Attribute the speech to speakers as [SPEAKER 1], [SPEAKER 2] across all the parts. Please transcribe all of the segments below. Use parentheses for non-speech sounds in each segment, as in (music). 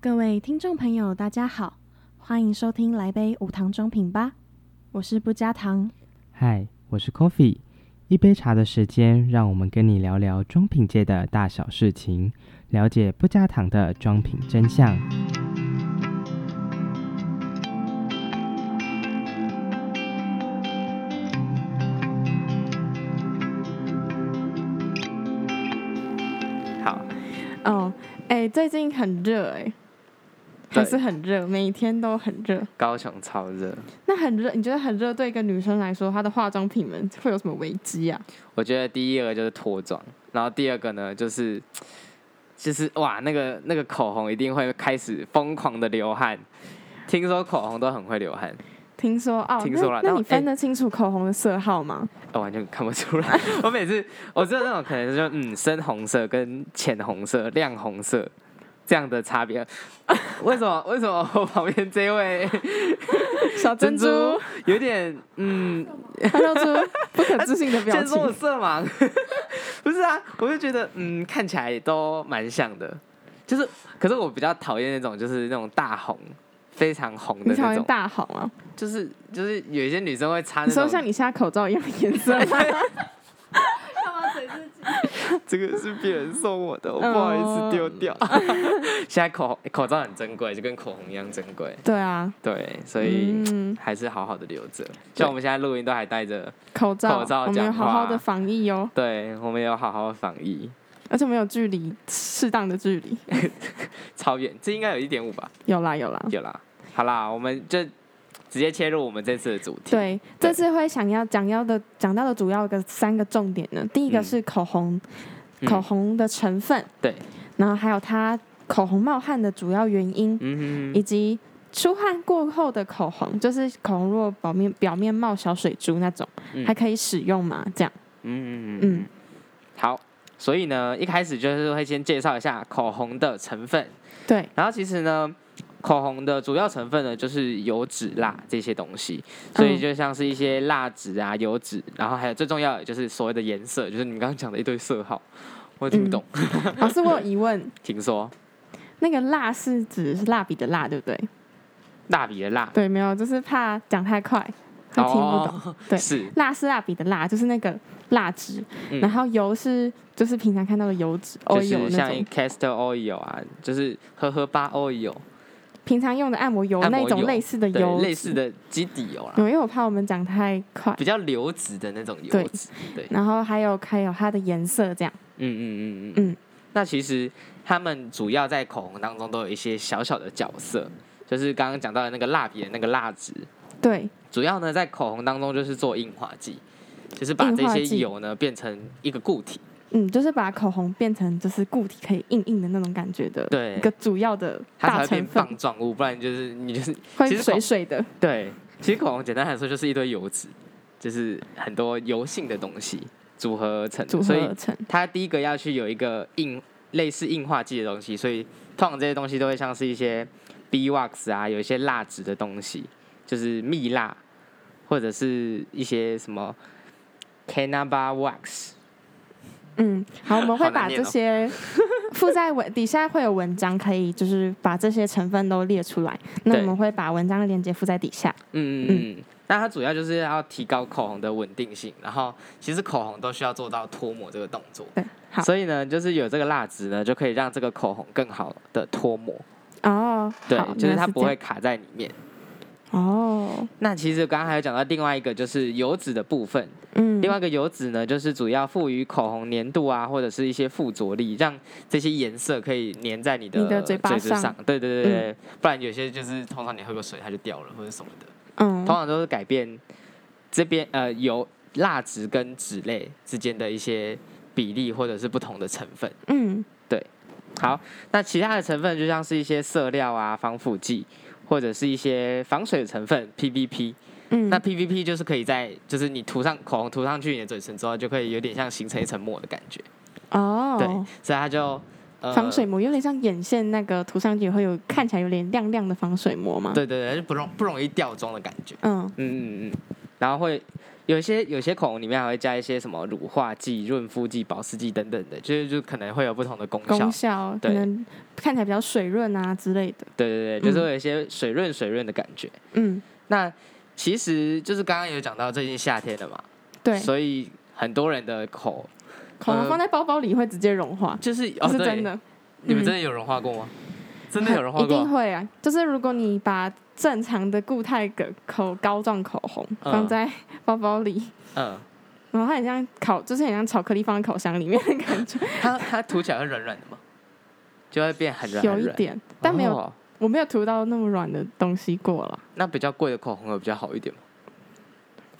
[SPEAKER 1] 各位听众朋友，大家好，欢迎收听《来杯无糖中品》吧，我是不加糖。
[SPEAKER 2] 嗨，我是 Coffee，一杯茶的时间，让我们跟你聊聊装品界的大小事情，了解不加糖的装品真相。好，
[SPEAKER 1] 哦，哎，最近很热哎、还
[SPEAKER 2] 对
[SPEAKER 1] 是很热，每天都很热。
[SPEAKER 2] 高雄超热，
[SPEAKER 1] 那很热，你觉得很热对一个女生来说，她的化妆品们会有什么危机啊？
[SPEAKER 2] 我觉得第一个就是脱妆，然后第二个呢就是，就是哇，那个那个口红一定会开始疯狂的流汗。听说口红都很会流汗，
[SPEAKER 1] 听说哦，
[SPEAKER 2] 听说
[SPEAKER 1] 那
[SPEAKER 2] 啦哎
[SPEAKER 1] 那
[SPEAKER 2] 但
[SPEAKER 1] 你
[SPEAKER 2] 我
[SPEAKER 1] 分得清楚口红的色号吗？
[SPEAKER 2] 我哦完全看不出来。 (laughs) 我每次我知道那种可能就嗯深红色跟浅红色、亮红色这样的差别。为什么为什么我旁边这位
[SPEAKER 1] 小珍珠，
[SPEAKER 2] 有点嗯
[SPEAKER 1] 她
[SPEAKER 2] (laughs)
[SPEAKER 1] 露出不可置信的表
[SPEAKER 2] 先说我
[SPEAKER 1] 情。
[SPEAKER 2] 色盲， (laughs) 不是啊，我就觉得嗯，看起来都蛮像的，就是，可是我比较讨厌那种就是那种大红，非常红
[SPEAKER 1] 你
[SPEAKER 2] 的
[SPEAKER 1] 讨
[SPEAKER 2] 那
[SPEAKER 1] 厌
[SPEAKER 2] 种，
[SPEAKER 1] 大红啊？
[SPEAKER 2] 就是就是有一些女生会擦
[SPEAKER 1] 你
[SPEAKER 2] 那
[SPEAKER 1] 说
[SPEAKER 2] 种，
[SPEAKER 1] 像你现在口罩一样的颜色吗？
[SPEAKER 3] 干嘛嘴自己？
[SPEAKER 2] 这个是别人送我的，我
[SPEAKER 1] 嗯
[SPEAKER 2] 不好意思丢掉。 (laughs) 现在口红口罩很珍贵，就跟口红一样珍贵，
[SPEAKER 1] 对啊，
[SPEAKER 2] (laughs) 对，所以。
[SPEAKER 1] 嗯，
[SPEAKER 2] 还是好好的留着，像我们现在录音都还戴着，
[SPEAKER 1] 口罩，
[SPEAKER 2] 口罩
[SPEAKER 1] 我们
[SPEAKER 2] 讲
[SPEAKER 1] 有好好
[SPEAKER 2] 话
[SPEAKER 1] 的防疫哦，
[SPEAKER 2] 对我们有好好防疫，
[SPEAKER 1] 而且我们有距离，适当的距离。
[SPEAKER 2] 超远，这应该有一点五吧，
[SPEAKER 1] 有啦有啦，
[SPEAKER 2] 有啦，好啦，我们就直接切入我们这次的主题。
[SPEAKER 1] 对，这次会想要讲要的讲到的主要的三个重点呢，第一个
[SPEAKER 2] 嗯
[SPEAKER 1] 是口红，
[SPEAKER 2] 嗯
[SPEAKER 1] 口红的成分，
[SPEAKER 2] 对，
[SPEAKER 1] 然后还有它口红冒汗的主要原因，
[SPEAKER 2] 嗯
[SPEAKER 1] 以及出汗过后的口红，就是口红如果表面表面冒小水珠那种，
[SPEAKER 2] 嗯
[SPEAKER 1] 还可以使用吗？这样，
[SPEAKER 2] 哼嗯嗯
[SPEAKER 1] 嗯
[SPEAKER 2] 嗯，好。所以呢，一开始就是会先介绍一下口红的成分，
[SPEAKER 1] 对，
[SPEAKER 2] 然后其实呢，口红的主要成分呢就是油脂、蜡这些东西，所以
[SPEAKER 1] 嗯
[SPEAKER 2] 就像是一些蜡脂啊、油脂，然后还有最重要的就是所谓的颜色，就是你们刚刚讲的一堆色号，我听不懂，
[SPEAKER 1] 嗯老师我有疑问，
[SPEAKER 2] 听说
[SPEAKER 1] 那个蜡是指是蜡笔的蜡，对不对？
[SPEAKER 2] 蜡笔的蜡，
[SPEAKER 1] 对，没有，就是怕讲太快，会听不懂。
[SPEAKER 2] 哦
[SPEAKER 1] 对
[SPEAKER 2] 是，
[SPEAKER 1] 蜡是蜡笔的蜡，就是那个蜡质，
[SPEAKER 2] 嗯
[SPEAKER 1] 然后油是就是平常看到的油脂
[SPEAKER 2] 就
[SPEAKER 1] oil
[SPEAKER 2] 是
[SPEAKER 1] 那
[SPEAKER 2] 像
[SPEAKER 1] 种，
[SPEAKER 2] castor oil 啊，就是荷荷巴 oil，
[SPEAKER 1] 平常用的按摩油
[SPEAKER 2] 按摩油
[SPEAKER 1] 那种类似的油
[SPEAKER 2] 对，
[SPEAKER 1] 脂嗯
[SPEAKER 2] 类似。的基底油啦，
[SPEAKER 1] 对因为我怕我们讲太快，
[SPEAKER 2] 比较流质的那种油
[SPEAKER 1] 对
[SPEAKER 2] 脂。对，
[SPEAKER 1] 然后还有还有它的颜色这样。
[SPEAKER 2] 嗯嗯嗯嗯
[SPEAKER 1] 嗯
[SPEAKER 2] 嗯。那其实他们主要在口红当中都有一些小小的角色，就是刚刚讲到的那个蜡笔的那个蜡质，
[SPEAKER 1] 对，
[SPEAKER 2] 主要呢在口红当中就是做硬化剂，就是把
[SPEAKER 1] 硬
[SPEAKER 2] 这
[SPEAKER 1] 化
[SPEAKER 2] 些
[SPEAKER 1] 剂
[SPEAKER 2] 油呢变成一个固体。
[SPEAKER 1] 嗯，就是把口红变成就是固体可以硬硬的那种感觉的，
[SPEAKER 2] 对
[SPEAKER 1] 一个主要的
[SPEAKER 2] 它才
[SPEAKER 1] 大
[SPEAKER 2] 会
[SPEAKER 1] 成
[SPEAKER 2] 变
[SPEAKER 1] 分
[SPEAKER 2] 棒状物，不然就是你就是
[SPEAKER 1] 会
[SPEAKER 2] 其实口
[SPEAKER 1] 水水的。
[SPEAKER 2] 对，其实口红简单来说就是一堆油脂，就是很多油性的东西组合而成
[SPEAKER 1] 组
[SPEAKER 2] 的，
[SPEAKER 1] 合
[SPEAKER 2] 所以
[SPEAKER 1] 而成，
[SPEAKER 2] 它第一个要去有一个硬类似硬化剂的东西，所以通常这些东西都会像是一些 B wax 啊，有一些蜡质的东西，就是蜜蜡，或者是一些什么 canaba wax。
[SPEAKER 1] 嗯，好，我们会
[SPEAKER 2] 好难
[SPEAKER 1] 把
[SPEAKER 2] 念
[SPEAKER 1] 这
[SPEAKER 2] 哦
[SPEAKER 1] 些 (laughs) 附在文底下会有文章，可以就是把这些成分都列出来。那
[SPEAKER 2] 对
[SPEAKER 1] 我们会把文章的链接附在底下。
[SPEAKER 2] 嗯嗯嗯。那它主要就是要提高口红的稳定性，然后其实口红都需要做到脱模这个动作。
[SPEAKER 1] 对，好
[SPEAKER 2] 所以呢，就是有这个蜡质呢，就可以让这个口红更好的脱模。
[SPEAKER 1] 哦，
[SPEAKER 2] 对
[SPEAKER 1] 好，
[SPEAKER 2] 就是
[SPEAKER 1] 原来
[SPEAKER 2] 它
[SPEAKER 1] 是
[SPEAKER 2] 不
[SPEAKER 1] 这
[SPEAKER 2] 会
[SPEAKER 1] 样
[SPEAKER 2] 卡在里面。
[SPEAKER 1] 哦，
[SPEAKER 2] 那其实刚刚还有讲到另外一个就是油脂的部分，
[SPEAKER 1] 嗯，
[SPEAKER 2] 另外一个油脂呢，就是主要赋予口红粘度啊，或者是一些附着力，让这些颜色可以粘在你的
[SPEAKER 1] 你的嘴巴
[SPEAKER 2] 子上
[SPEAKER 1] 上。
[SPEAKER 2] 对对对对，不然有些就是通常你喝个水它就掉了或者什么的，
[SPEAKER 1] 嗯
[SPEAKER 2] 通，常都是改变这边呃油蜡质跟脂类之间的一些比例或者是不同的成分。
[SPEAKER 1] 嗯，
[SPEAKER 2] 好，那其他的成分就像是一些色料啊、防腐剂。或者是一些防水成分 PVP，、
[SPEAKER 1] 嗯，
[SPEAKER 2] 那 PVP 就是可以在，就是你涂上口红涂上去你的嘴唇之后，就可以有点像形成一层膜的感觉。对，
[SPEAKER 1] 哦，
[SPEAKER 2] 所以它就、呃、
[SPEAKER 1] 防水膜有点像眼线那个涂上去会有看起来有点亮亮的防水膜嘛。，
[SPEAKER 2] 对对对，就不容不容易掉妆的感觉。
[SPEAKER 1] 嗯，
[SPEAKER 2] 嗯嗯嗯，然后会有一些有些口红里面还会加一些什么乳化剂、润肤剂、保湿剂等等的，就是就可能会有不同的功效。
[SPEAKER 1] 功效可
[SPEAKER 2] 对
[SPEAKER 1] 能看起来比较水润啊之类的。
[SPEAKER 2] 对对对，就是会有一些水润水润的感觉。
[SPEAKER 1] 嗯，
[SPEAKER 2] 那其实就是刚刚有讲到最近夏天了嘛，
[SPEAKER 1] 对，
[SPEAKER 2] 所以很多人的口
[SPEAKER 1] 口红放在包包里会直接融化，
[SPEAKER 2] 就是
[SPEAKER 1] 这
[SPEAKER 2] 哦，
[SPEAKER 1] 是
[SPEAKER 2] 对
[SPEAKER 1] 真的。
[SPEAKER 2] 你们
[SPEAKER 1] 嗯
[SPEAKER 2] 真的有融化过
[SPEAKER 1] (laughs)
[SPEAKER 2] 吗？真的有融化
[SPEAKER 1] 一定
[SPEAKER 2] 过？
[SPEAKER 1] 会啊！就是如果你把正常的固态的口膏状口红
[SPEAKER 2] 嗯
[SPEAKER 1] 放在包包里，
[SPEAKER 2] 嗯，
[SPEAKER 1] 然后它很像烤，就是很像巧克力放在烤箱里面的感觉，
[SPEAKER 2] 它它涂起来会软软的吗？就会 (laughs) 变很软，
[SPEAKER 1] 有
[SPEAKER 2] 很
[SPEAKER 1] 一
[SPEAKER 2] 软，
[SPEAKER 1] 点，但没有，
[SPEAKER 2] 哦
[SPEAKER 1] 我没有涂到那么软的东西过了。
[SPEAKER 2] 那比较贵的口红有比较好一点吗？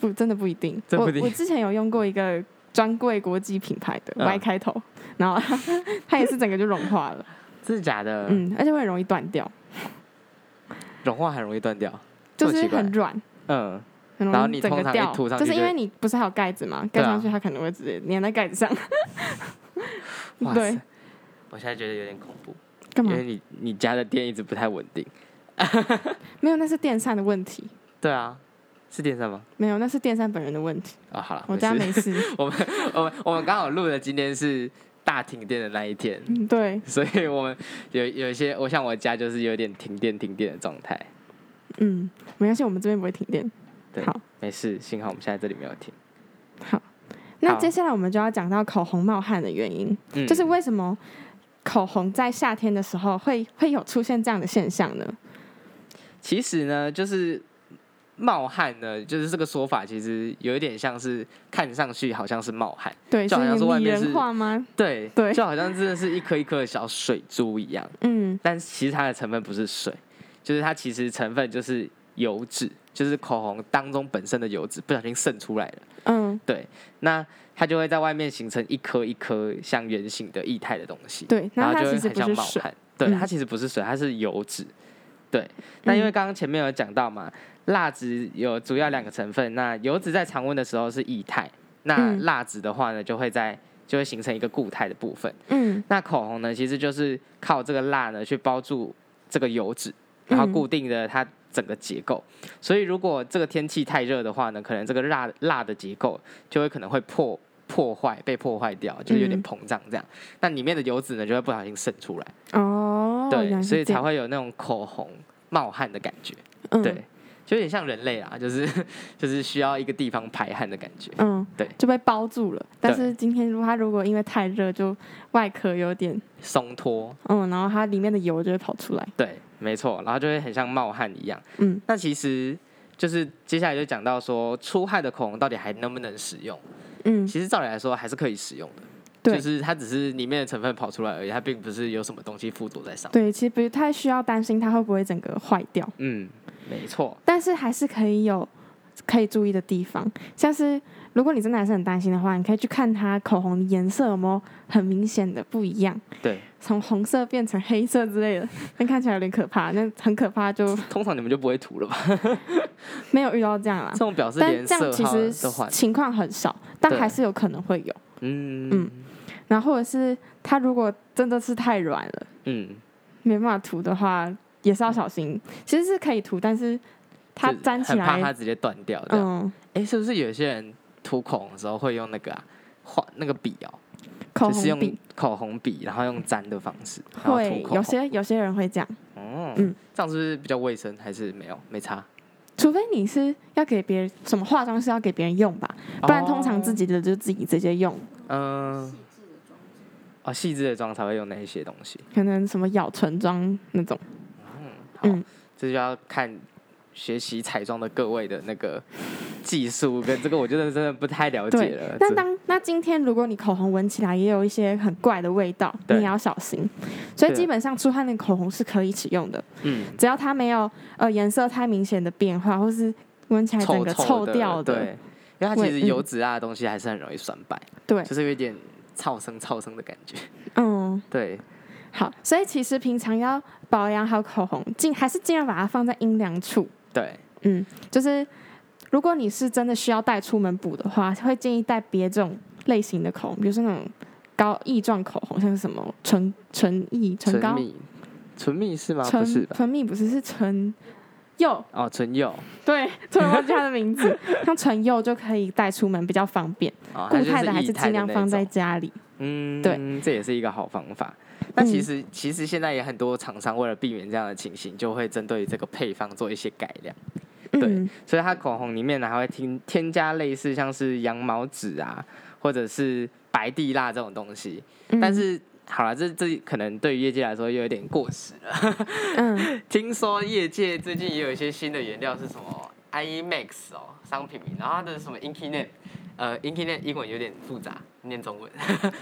[SPEAKER 1] 不，真的不一定。
[SPEAKER 2] 真不一定
[SPEAKER 1] 我我之前有用过一个专柜国际品牌的
[SPEAKER 2] 嗯
[SPEAKER 1] Y 开头，然后 (laughs) 它也是整个就融化了，
[SPEAKER 2] 真的假的？
[SPEAKER 1] 嗯，而且会很容易断掉，
[SPEAKER 2] 融化很容易断掉。这
[SPEAKER 1] 就
[SPEAKER 2] 么
[SPEAKER 1] 是
[SPEAKER 2] 奇怪
[SPEAKER 1] 很软，
[SPEAKER 2] 嗯，
[SPEAKER 1] 很
[SPEAKER 2] 然后
[SPEAKER 1] 容易
[SPEAKER 2] 你
[SPEAKER 1] 整个
[SPEAKER 2] 通常一
[SPEAKER 1] 掉。
[SPEAKER 2] 涂上去
[SPEAKER 1] 就是因
[SPEAKER 2] 就
[SPEAKER 1] 为你不是还有盖子嘛，
[SPEAKER 2] 对
[SPEAKER 1] 盖
[SPEAKER 2] 啊
[SPEAKER 1] 上去它可能会直接粘在盖子上。
[SPEAKER 2] 哇
[SPEAKER 1] 对
[SPEAKER 2] 塞，，我现在觉得有点恐怖，
[SPEAKER 1] 干
[SPEAKER 2] 因
[SPEAKER 1] 嘛
[SPEAKER 2] 为？你你家的电一直不太稳定。
[SPEAKER 1] 没有，那是电扇的问题。
[SPEAKER 2] 对啊，是电扇吗？
[SPEAKER 1] 没有，那是电扇本人的问题。
[SPEAKER 2] 啊、好了，
[SPEAKER 1] 我家
[SPEAKER 2] 事
[SPEAKER 1] 没事。
[SPEAKER 2] (laughs) 我们我们我们刚好录的今天是大停电的那一天，
[SPEAKER 1] 嗯，对，
[SPEAKER 2] 所以我们有有一些，我像我家就是有点停电停电的状态。
[SPEAKER 1] 嗯，没关系，我们这边不会停电。
[SPEAKER 2] 对
[SPEAKER 1] 好，
[SPEAKER 2] 没事，幸好我们现在这里没有停。
[SPEAKER 1] 那
[SPEAKER 2] 好
[SPEAKER 1] 接下来我们就要讲到口红冒汗的原因，
[SPEAKER 2] 嗯
[SPEAKER 1] 就是为什么口红在夏天的时候会会有出现这样的现象呢？
[SPEAKER 2] 其实呢，就是冒汗呢，就是这个说法其实有一点像是看上去好像是冒汗，
[SPEAKER 1] 对，
[SPEAKER 2] 就好像
[SPEAKER 1] 是
[SPEAKER 2] 是外
[SPEAKER 1] 拟
[SPEAKER 2] 面是
[SPEAKER 1] 人化吗？
[SPEAKER 2] 对
[SPEAKER 1] 对
[SPEAKER 2] 就好像真的是一颗一颗的小水珠一样，
[SPEAKER 1] 嗯，
[SPEAKER 2] 但其实它的成分不是水，就是它其实成分就是油脂，就是口红当中本身的油脂不小心渗出来了。
[SPEAKER 1] 嗯，
[SPEAKER 2] 那它就会在外面形成一颗一颗像圆形的液态的东西，
[SPEAKER 1] 对然
[SPEAKER 2] 然
[SPEAKER 1] 后
[SPEAKER 2] 后
[SPEAKER 1] 它
[SPEAKER 2] 就会
[SPEAKER 1] 其实
[SPEAKER 2] 很
[SPEAKER 1] 不
[SPEAKER 2] 像
[SPEAKER 1] 是
[SPEAKER 2] 冒
[SPEAKER 1] 水
[SPEAKER 2] 汗，对，
[SPEAKER 1] 嗯
[SPEAKER 2] 它其实不是水，它是油脂，对。那因为刚刚前面有讲到嘛，蜡质有主要两个成分，那油脂在常温的时候是液态，那
[SPEAKER 1] 嗯
[SPEAKER 2] 蜡质的话呢，就会在就会形成一个固态的部分。
[SPEAKER 1] 嗯，
[SPEAKER 2] 那口红呢，其实就是靠这个蜡呢去包住这个油脂，然后
[SPEAKER 1] 嗯
[SPEAKER 2] 固定的它整个结构。所以如果这个天气太热的话呢，可能这个蜡蜡的结构就会可能会破破坏，被破坏掉，就是有点
[SPEAKER 1] 嗯
[SPEAKER 2] 膨胀这样。那里面的油脂呢就会不小心渗出来，
[SPEAKER 1] 哦，原
[SPEAKER 2] 对，
[SPEAKER 1] 来是
[SPEAKER 2] 所以
[SPEAKER 1] 这
[SPEAKER 2] 才
[SPEAKER 1] 样，
[SPEAKER 2] 会有那种口红冒汗的感觉，
[SPEAKER 1] 嗯，
[SPEAKER 2] 对。就有点像人类啊，就是 (laughs) 就是需要一个地方排汗的感觉。
[SPEAKER 1] 嗯，
[SPEAKER 2] 对
[SPEAKER 1] 就被包住了。但是今天如果它如果因为太热，就外壳有点，
[SPEAKER 2] 松脱，
[SPEAKER 1] 嗯，然后它里面的油就会跑出来，
[SPEAKER 2] 对，没错，然后就会很像冒汗一样。
[SPEAKER 1] 嗯，
[SPEAKER 2] 那其实就是接下来就讲到说，出汗的口红到底还能不能使用？
[SPEAKER 1] 嗯，
[SPEAKER 2] 其实照理来说还是可以使用的，
[SPEAKER 1] 对
[SPEAKER 2] 就是它只是里面的成分跑出来而已，它并不是有什么东西附着在上面。
[SPEAKER 1] 对，其实不太需要担心它会不会整个坏掉。
[SPEAKER 2] 嗯，没错，
[SPEAKER 1] 但是还是可以有可以注意的地方，像是如果你真的还是很担心的话，你可以去看它口红的颜色有没有很明显的不一样，
[SPEAKER 2] 对。
[SPEAKER 1] 从红色变成黑色之类的，那看起来有点可怕，那很可怕就
[SPEAKER 2] 通常你们就不会涂了
[SPEAKER 1] 嗯
[SPEAKER 2] 吧？
[SPEAKER 1] 没有遇到这样啦
[SPEAKER 2] 这。种表示
[SPEAKER 1] 但
[SPEAKER 2] 连
[SPEAKER 1] 这
[SPEAKER 2] 色
[SPEAKER 1] 样其
[SPEAKER 2] 号
[SPEAKER 1] 实
[SPEAKER 2] 的话，
[SPEAKER 1] 情况很少，但
[SPEAKER 2] 对
[SPEAKER 1] 还是有可能会有。
[SPEAKER 2] 嗯
[SPEAKER 1] 嗯
[SPEAKER 2] 嗯
[SPEAKER 1] 然后或者是它如果真的是太软了，
[SPEAKER 2] 嗯，
[SPEAKER 1] 没办法涂的话，也是要小心。其实是可以涂，但是它
[SPEAKER 2] 就是
[SPEAKER 1] 粘起
[SPEAKER 2] 很怕它
[SPEAKER 1] 来，
[SPEAKER 2] 直接断掉。这样，
[SPEAKER 1] 嗯，
[SPEAKER 2] 哎，是不是有些人涂口红的时候会用那个啊，画那个笔哦，
[SPEAKER 1] 口
[SPEAKER 2] 就是
[SPEAKER 1] 红
[SPEAKER 2] 用
[SPEAKER 1] 笔
[SPEAKER 2] 口红笔，然后用粘的方式，然后涂
[SPEAKER 1] 会
[SPEAKER 2] 口
[SPEAKER 1] 有
[SPEAKER 2] 红
[SPEAKER 1] 些有些人会这样。
[SPEAKER 2] 哦，
[SPEAKER 1] 嗯
[SPEAKER 2] 这样是不是比较卫生？还是没有没差？
[SPEAKER 1] 除非你是要给别人什么化妆是要给别人用吧，不然通常
[SPEAKER 2] 哦
[SPEAKER 1] 自己的就自己直接用，
[SPEAKER 2] 嗯、
[SPEAKER 3] 细致的妆造
[SPEAKER 2] 哦，细致的妆才会用那一些东西。
[SPEAKER 1] 可能什么咬唇妆那种。
[SPEAKER 2] 好，
[SPEAKER 1] 嗯
[SPEAKER 2] 这就要看学习彩妆的各位的那个技术跟这个，我觉得真的不太了解
[SPEAKER 1] 对
[SPEAKER 2] 了。，
[SPEAKER 1] 那
[SPEAKER 2] 这
[SPEAKER 1] 当那今天如果你口红闻起来也有一些很怪的味道，你
[SPEAKER 2] 对
[SPEAKER 1] 也要小心。所以
[SPEAKER 2] 对
[SPEAKER 1] 基本上出汗的口红是可以使用的，
[SPEAKER 2] 嗯，
[SPEAKER 1] 只要它没有呃颜色太明显的变化，或是闻起来整
[SPEAKER 2] 臭
[SPEAKER 1] 个
[SPEAKER 2] 臭的
[SPEAKER 1] 掉
[SPEAKER 2] 对，因为它其
[SPEAKER 1] 味
[SPEAKER 2] 实
[SPEAKER 1] 嗯
[SPEAKER 2] 油脂啊的东西还是很容易酸败，
[SPEAKER 1] 对，
[SPEAKER 2] 就是有一点噪声噪声的感觉。
[SPEAKER 1] 嗯。
[SPEAKER 2] 对，
[SPEAKER 1] 好，所以其实平常要保养好口红，尽还是尽量把它放在阴凉处，
[SPEAKER 2] 对，
[SPEAKER 1] 嗯，就是如果你是真的需要带出门补的话，会建议带别种类型的口红，比如说那种膏液状口红，像是什么唇唇液、唇膏
[SPEAKER 2] 唇、蜜，唇蜜是吗？不
[SPEAKER 1] 唇
[SPEAKER 2] 是吧？
[SPEAKER 1] 唇蜜不是是唇釉，
[SPEAKER 2] 哦，唇釉，
[SPEAKER 1] (laughs) 对，突然忘记它的名字，像唇釉就可以带出门，比较方便。
[SPEAKER 2] 哦，它
[SPEAKER 1] 固
[SPEAKER 2] 就
[SPEAKER 1] 态的还
[SPEAKER 2] 是
[SPEAKER 1] 是
[SPEAKER 2] 液态
[SPEAKER 1] 尽量
[SPEAKER 2] 那
[SPEAKER 1] 放在
[SPEAKER 2] 种
[SPEAKER 1] 家里。
[SPEAKER 2] 嗯，
[SPEAKER 1] 对，
[SPEAKER 2] 这也是一个好方法。那其
[SPEAKER 1] 嗯
[SPEAKER 2] 实、其实现在也很多厂商为了避免这样的情形，就会针对这个配方做一些改良，对
[SPEAKER 1] 嗯，
[SPEAKER 2] 所以它口红里面呢还会添添加类似像是羊毛脂啊，或者是白地蜡这种东西。
[SPEAKER 1] 嗯
[SPEAKER 2] 但是好了，这这可能对于业界来说又有点过时了。
[SPEAKER 1] 嗯，
[SPEAKER 2] 听说业界最近也有一些新的原料是什么 IEMAX 哦，商品名，然后它的什么 Inky Name，呃，Inky Name 英文有点复杂，念中文。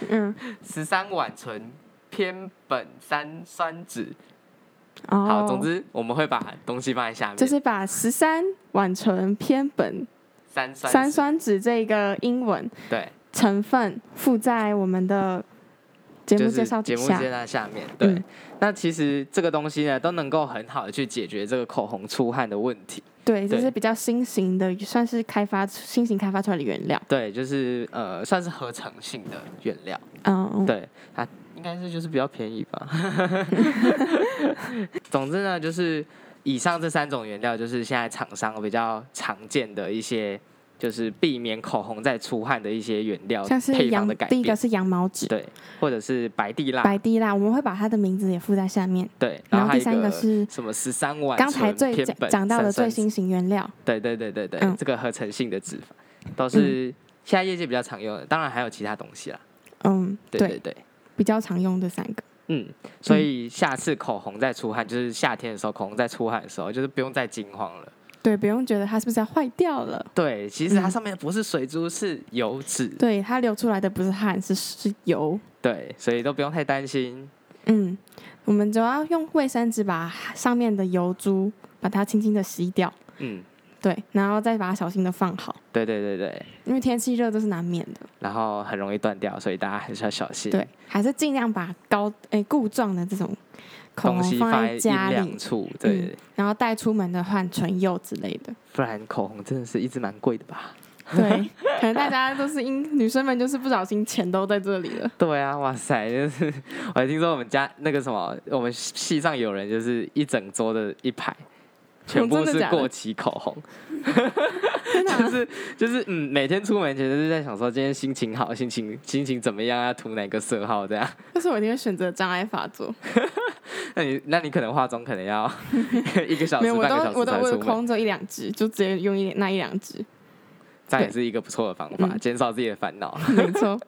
[SPEAKER 1] 嗯，
[SPEAKER 2] (laughs) 十三烷醇偏苯三酸酯。
[SPEAKER 1] 哦，
[SPEAKER 2] 好，总之我们会把东西放在下面，
[SPEAKER 1] 就是把十三烷醇偏苯
[SPEAKER 2] 三酸
[SPEAKER 1] 三
[SPEAKER 2] 酯
[SPEAKER 1] 酸酯这个英文
[SPEAKER 2] 对，
[SPEAKER 1] 成分附在我们的节目
[SPEAKER 2] 就
[SPEAKER 1] 介
[SPEAKER 2] 是
[SPEAKER 1] 绍
[SPEAKER 2] 节
[SPEAKER 1] 底
[SPEAKER 2] 目
[SPEAKER 1] 下
[SPEAKER 2] 介。绍下面对。
[SPEAKER 1] 嗯
[SPEAKER 2] 那其实这个东西呢，都能够很好的去解决这个口红出汗的问题。
[SPEAKER 1] 对，
[SPEAKER 2] 对
[SPEAKER 1] 这是比较新型的，算是开发新型开发出来的原料。
[SPEAKER 2] 对，就是呃，算是合成性的原料。
[SPEAKER 1] 嗯，
[SPEAKER 2] 对，它应该是就是比较便宜
[SPEAKER 1] (laughs)
[SPEAKER 2] 吧。总之呢，就是以上这三种原料，就是现在厂商比较常见的一些，就是避免口红在出汗的一些原料
[SPEAKER 1] 像是
[SPEAKER 2] 配方
[SPEAKER 1] 羊
[SPEAKER 2] 的改，
[SPEAKER 1] 第一个
[SPEAKER 2] 变。
[SPEAKER 1] 是羊毛脂、
[SPEAKER 2] 对，或者是白地蜡，
[SPEAKER 1] 白地蜡，我们会把它的名字也附在下面。
[SPEAKER 2] 对，
[SPEAKER 1] 然
[SPEAKER 2] 后
[SPEAKER 1] 后
[SPEAKER 2] 还有
[SPEAKER 1] 第
[SPEAKER 2] 一
[SPEAKER 1] 三个是
[SPEAKER 2] 什么十三碗，
[SPEAKER 1] 刚才最
[SPEAKER 2] 偏
[SPEAKER 1] 讲
[SPEAKER 2] 本
[SPEAKER 1] 讲到的
[SPEAKER 2] 三酸
[SPEAKER 1] 最
[SPEAKER 2] 酯
[SPEAKER 1] 新型原料，
[SPEAKER 2] 对对对对对，
[SPEAKER 1] 嗯
[SPEAKER 2] 这个合成性的脂肪都是现在业界比较常用的，当然还有其他东西啦。
[SPEAKER 1] 嗯，
[SPEAKER 2] 对对对，
[SPEAKER 1] 比较常用这三个。
[SPEAKER 2] 嗯，所以下次口红在出汗，就是夏天的时候，口红在出汗的时候，就是不用再惊慌了。
[SPEAKER 1] 对，不用觉得它是不是要坏掉了。
[SPEAKER 2] 对，其实它
[SPEAKER 1] 嗯
[SPEAKER 2] 上面不是水珠，是油脂。
[SPEAKER 1] 对，它流出来的不是汗，是是油。
[SPEAKER 2] 对，所以都不用太担心。
[SPEAKER 1] 嗯，我们主要用卫生纸把上面的油珠把它轻轻的吸掉，
[SPEAKER 2] 嗯，
[SPEAKER 1] 对，然后再把它小心的放好，
[SPEAKER 2] 对对对对，
[SPEAKER 1] 因为天气热这是难免的。
[SPEAKER 2] 然后很容易断掉，所以大家还是要小心。
[SPEAKER 1] 对，还是尽量把高诶、固状的这种口
[SPEAKER 2] 东
[SPEAKER 1] 红
[SPEAKER 2] 西
[SPEAKER 1] 放
[SPEAKER 2] 放在
[SPEAKER 1] 在
[SPEAKER 2] 阴
[SPEAKER 1] 家里
[SPEAKER 2] 凉，处，对，
[SPEAKER 1] 嗯然后带出门的换唇釉之类的。
[SPEAKER 2] 不然口红真的是一支蛮贵的吧？
[SPEAKER 1] 对，可能大家都是因女生们就是不小心钱都在这里
[SPEAKER 2] (laughs)
[SPEAKER 1] 了。
[SPEAKER 2] 对啊，哇塞，就是我还听说我们家那个什么，我们系上有人就是一整桌的一排，全部
[SPEAKER 1] 哦真的
[SPEAKER 2] 是
[SPEAKER 1] 假的啊
[SPEAKER 2] 过期口红，
[SPEAKER 1] 天
[SPEAKER 2] (laughs)
[SPEAKER 1] 哪，
[SPEAKER 2] 就是就是嗯，每天出门前就是在想说今天心情好，心情心情怎么样啊，涂哪个色号这样。 (laughs)
[SPEAKER 1] 但是我一定会选择障碍发作。
[SPEAKER 2] 那你那你可能化妆可能
[SPEAKER 1] (laughs)
[SPEAKER 2] 要一个小时
[SPEAKER 1] 没有，我
[SPEAKER 2] 半
[SPEAKER 1] 都
[SPEAKER 2] 个小
[SPEAKER 1] 我
[SPEAKER 2] 时
[SPEAKER 1] 都
[SPEAKER 2] 才
[SPEAKER 1] 我有
[SPEAKER 2] 出门，
[SPEAKER 1] 空只有一两支，就直接用一那一两支。
[SPEAKER 2] 这样也是一个不错的方
[SPEAKER 1] 嗯
[SPEAKER 2] 法，减少自己的烦恼。 (laughs)
[SPEAKER 1] (laughs) 没错。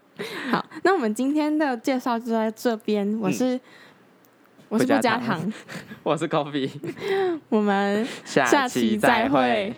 [SPEAKER 1] 好，那我们今天的介绍就在这边。我是、我
[SPEAKER 2] 不
[SPEAKER 1] 是不
[SPEAKER 2] 加
[SPEAKER 1] 加
[SPEAKER 2] 糖
[SPEAKER 1] 糖，
[SPEAKER 2] 我是 Coffee，
[SPEAKER 1] 我们
[SPEAKER 2] 下
[SPEAKER 1] 下
[SPEAKER 2] 期
[SPEAKER 1] 期
[SPEAKER 2] 再
[SPEAKER 1] 再
[SPEAKER 2] 会
[SPEAKER 1] 会。